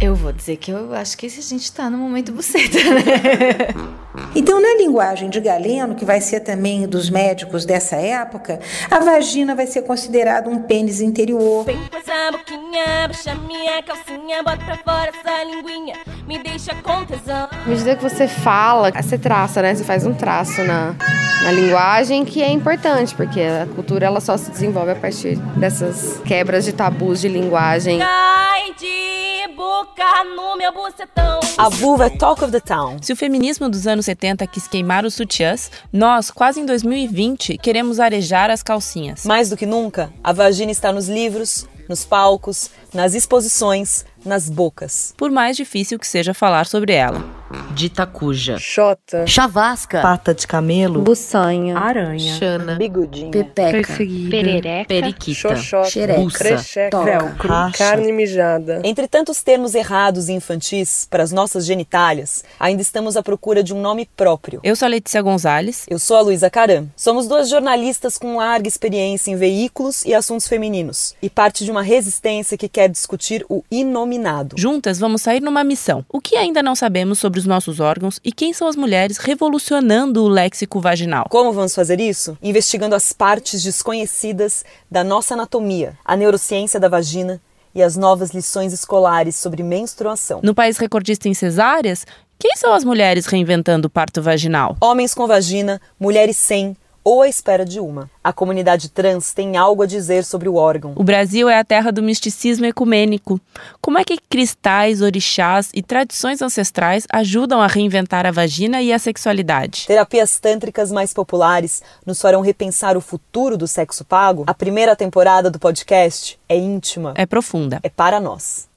Eu vou dizer que eu acho que a gente está no momento buceta, né? Então, na linguagem de Galeno, que vai ser também dos médicos dessa época, a vagina vai ser considerada um pênis interior. Vem essa boquinha, puxa minha calcinha, bota pra fora essa linguinha, me deixa com tesão. À medida que você fala, você traça, né? Você faz um traço na, na linguagem que é importante, porque a cultura ela só se desenvolve a partir dessas quebras de tabus de linguagem. Cai de boca no meu bucetão. A vulva é talk of the town. Se o feminismo dos anos 70 quis queimar os sutiãs, nós, quase em 2020, queremos arejar as calcinhas. Mais do que nunca, a vagina está nos livros, nos palcos, nas exposições, nas bocas. Por mais difícil que seja falar sobre ela. Dita cuja. Xota. Chavasca. Pata de camelo. Buçanha. Aranha. Xana. Bigudinho. Pepeca. Perseguida. Perereca. Periquita. Xoxota. Xereca. Crecheca. Velcro. Racha. Carne mijada. Entre tantos termos errados e infantis para as nossas genitálias, ainda estamos à procura de um nome próprio. Eu sou a Letícia Gonzalez. Eu sou a Luísa Caram. Somos duas jornalistas com larga experiência em veículos e assuntos femininos e parte de uma resistência que quer discutir o inominado. Juntas vamos sair numa missão. O que ainda não sabemos sobre os nossos órgãos e quem são as mulheres revolucionando o léxico vaginal? Como vamos fazer isso? Investigando as partes desconhecidas da nossa anatomia, a neurociência da vagina e as novas lições escolares sobre menstruação. No país recordista em cesáreas, quem são as mulheres reinventando o parto vaginal? Homens com vagina, mulheres sem, ou à espera de uma. A comunidade trans tem algo a dizer sobre o órgão. O Brasil é a terra do misticismo ecumênico. Como é que cristais, orixás e tradições ancestrais ajudam a reinventar a vagina e a sexualidade? Terapias tântricas mais populares nos farão repensar o futuro do sexo pago? A primeira temporada do podcast é íntima. É profunda. É para nós.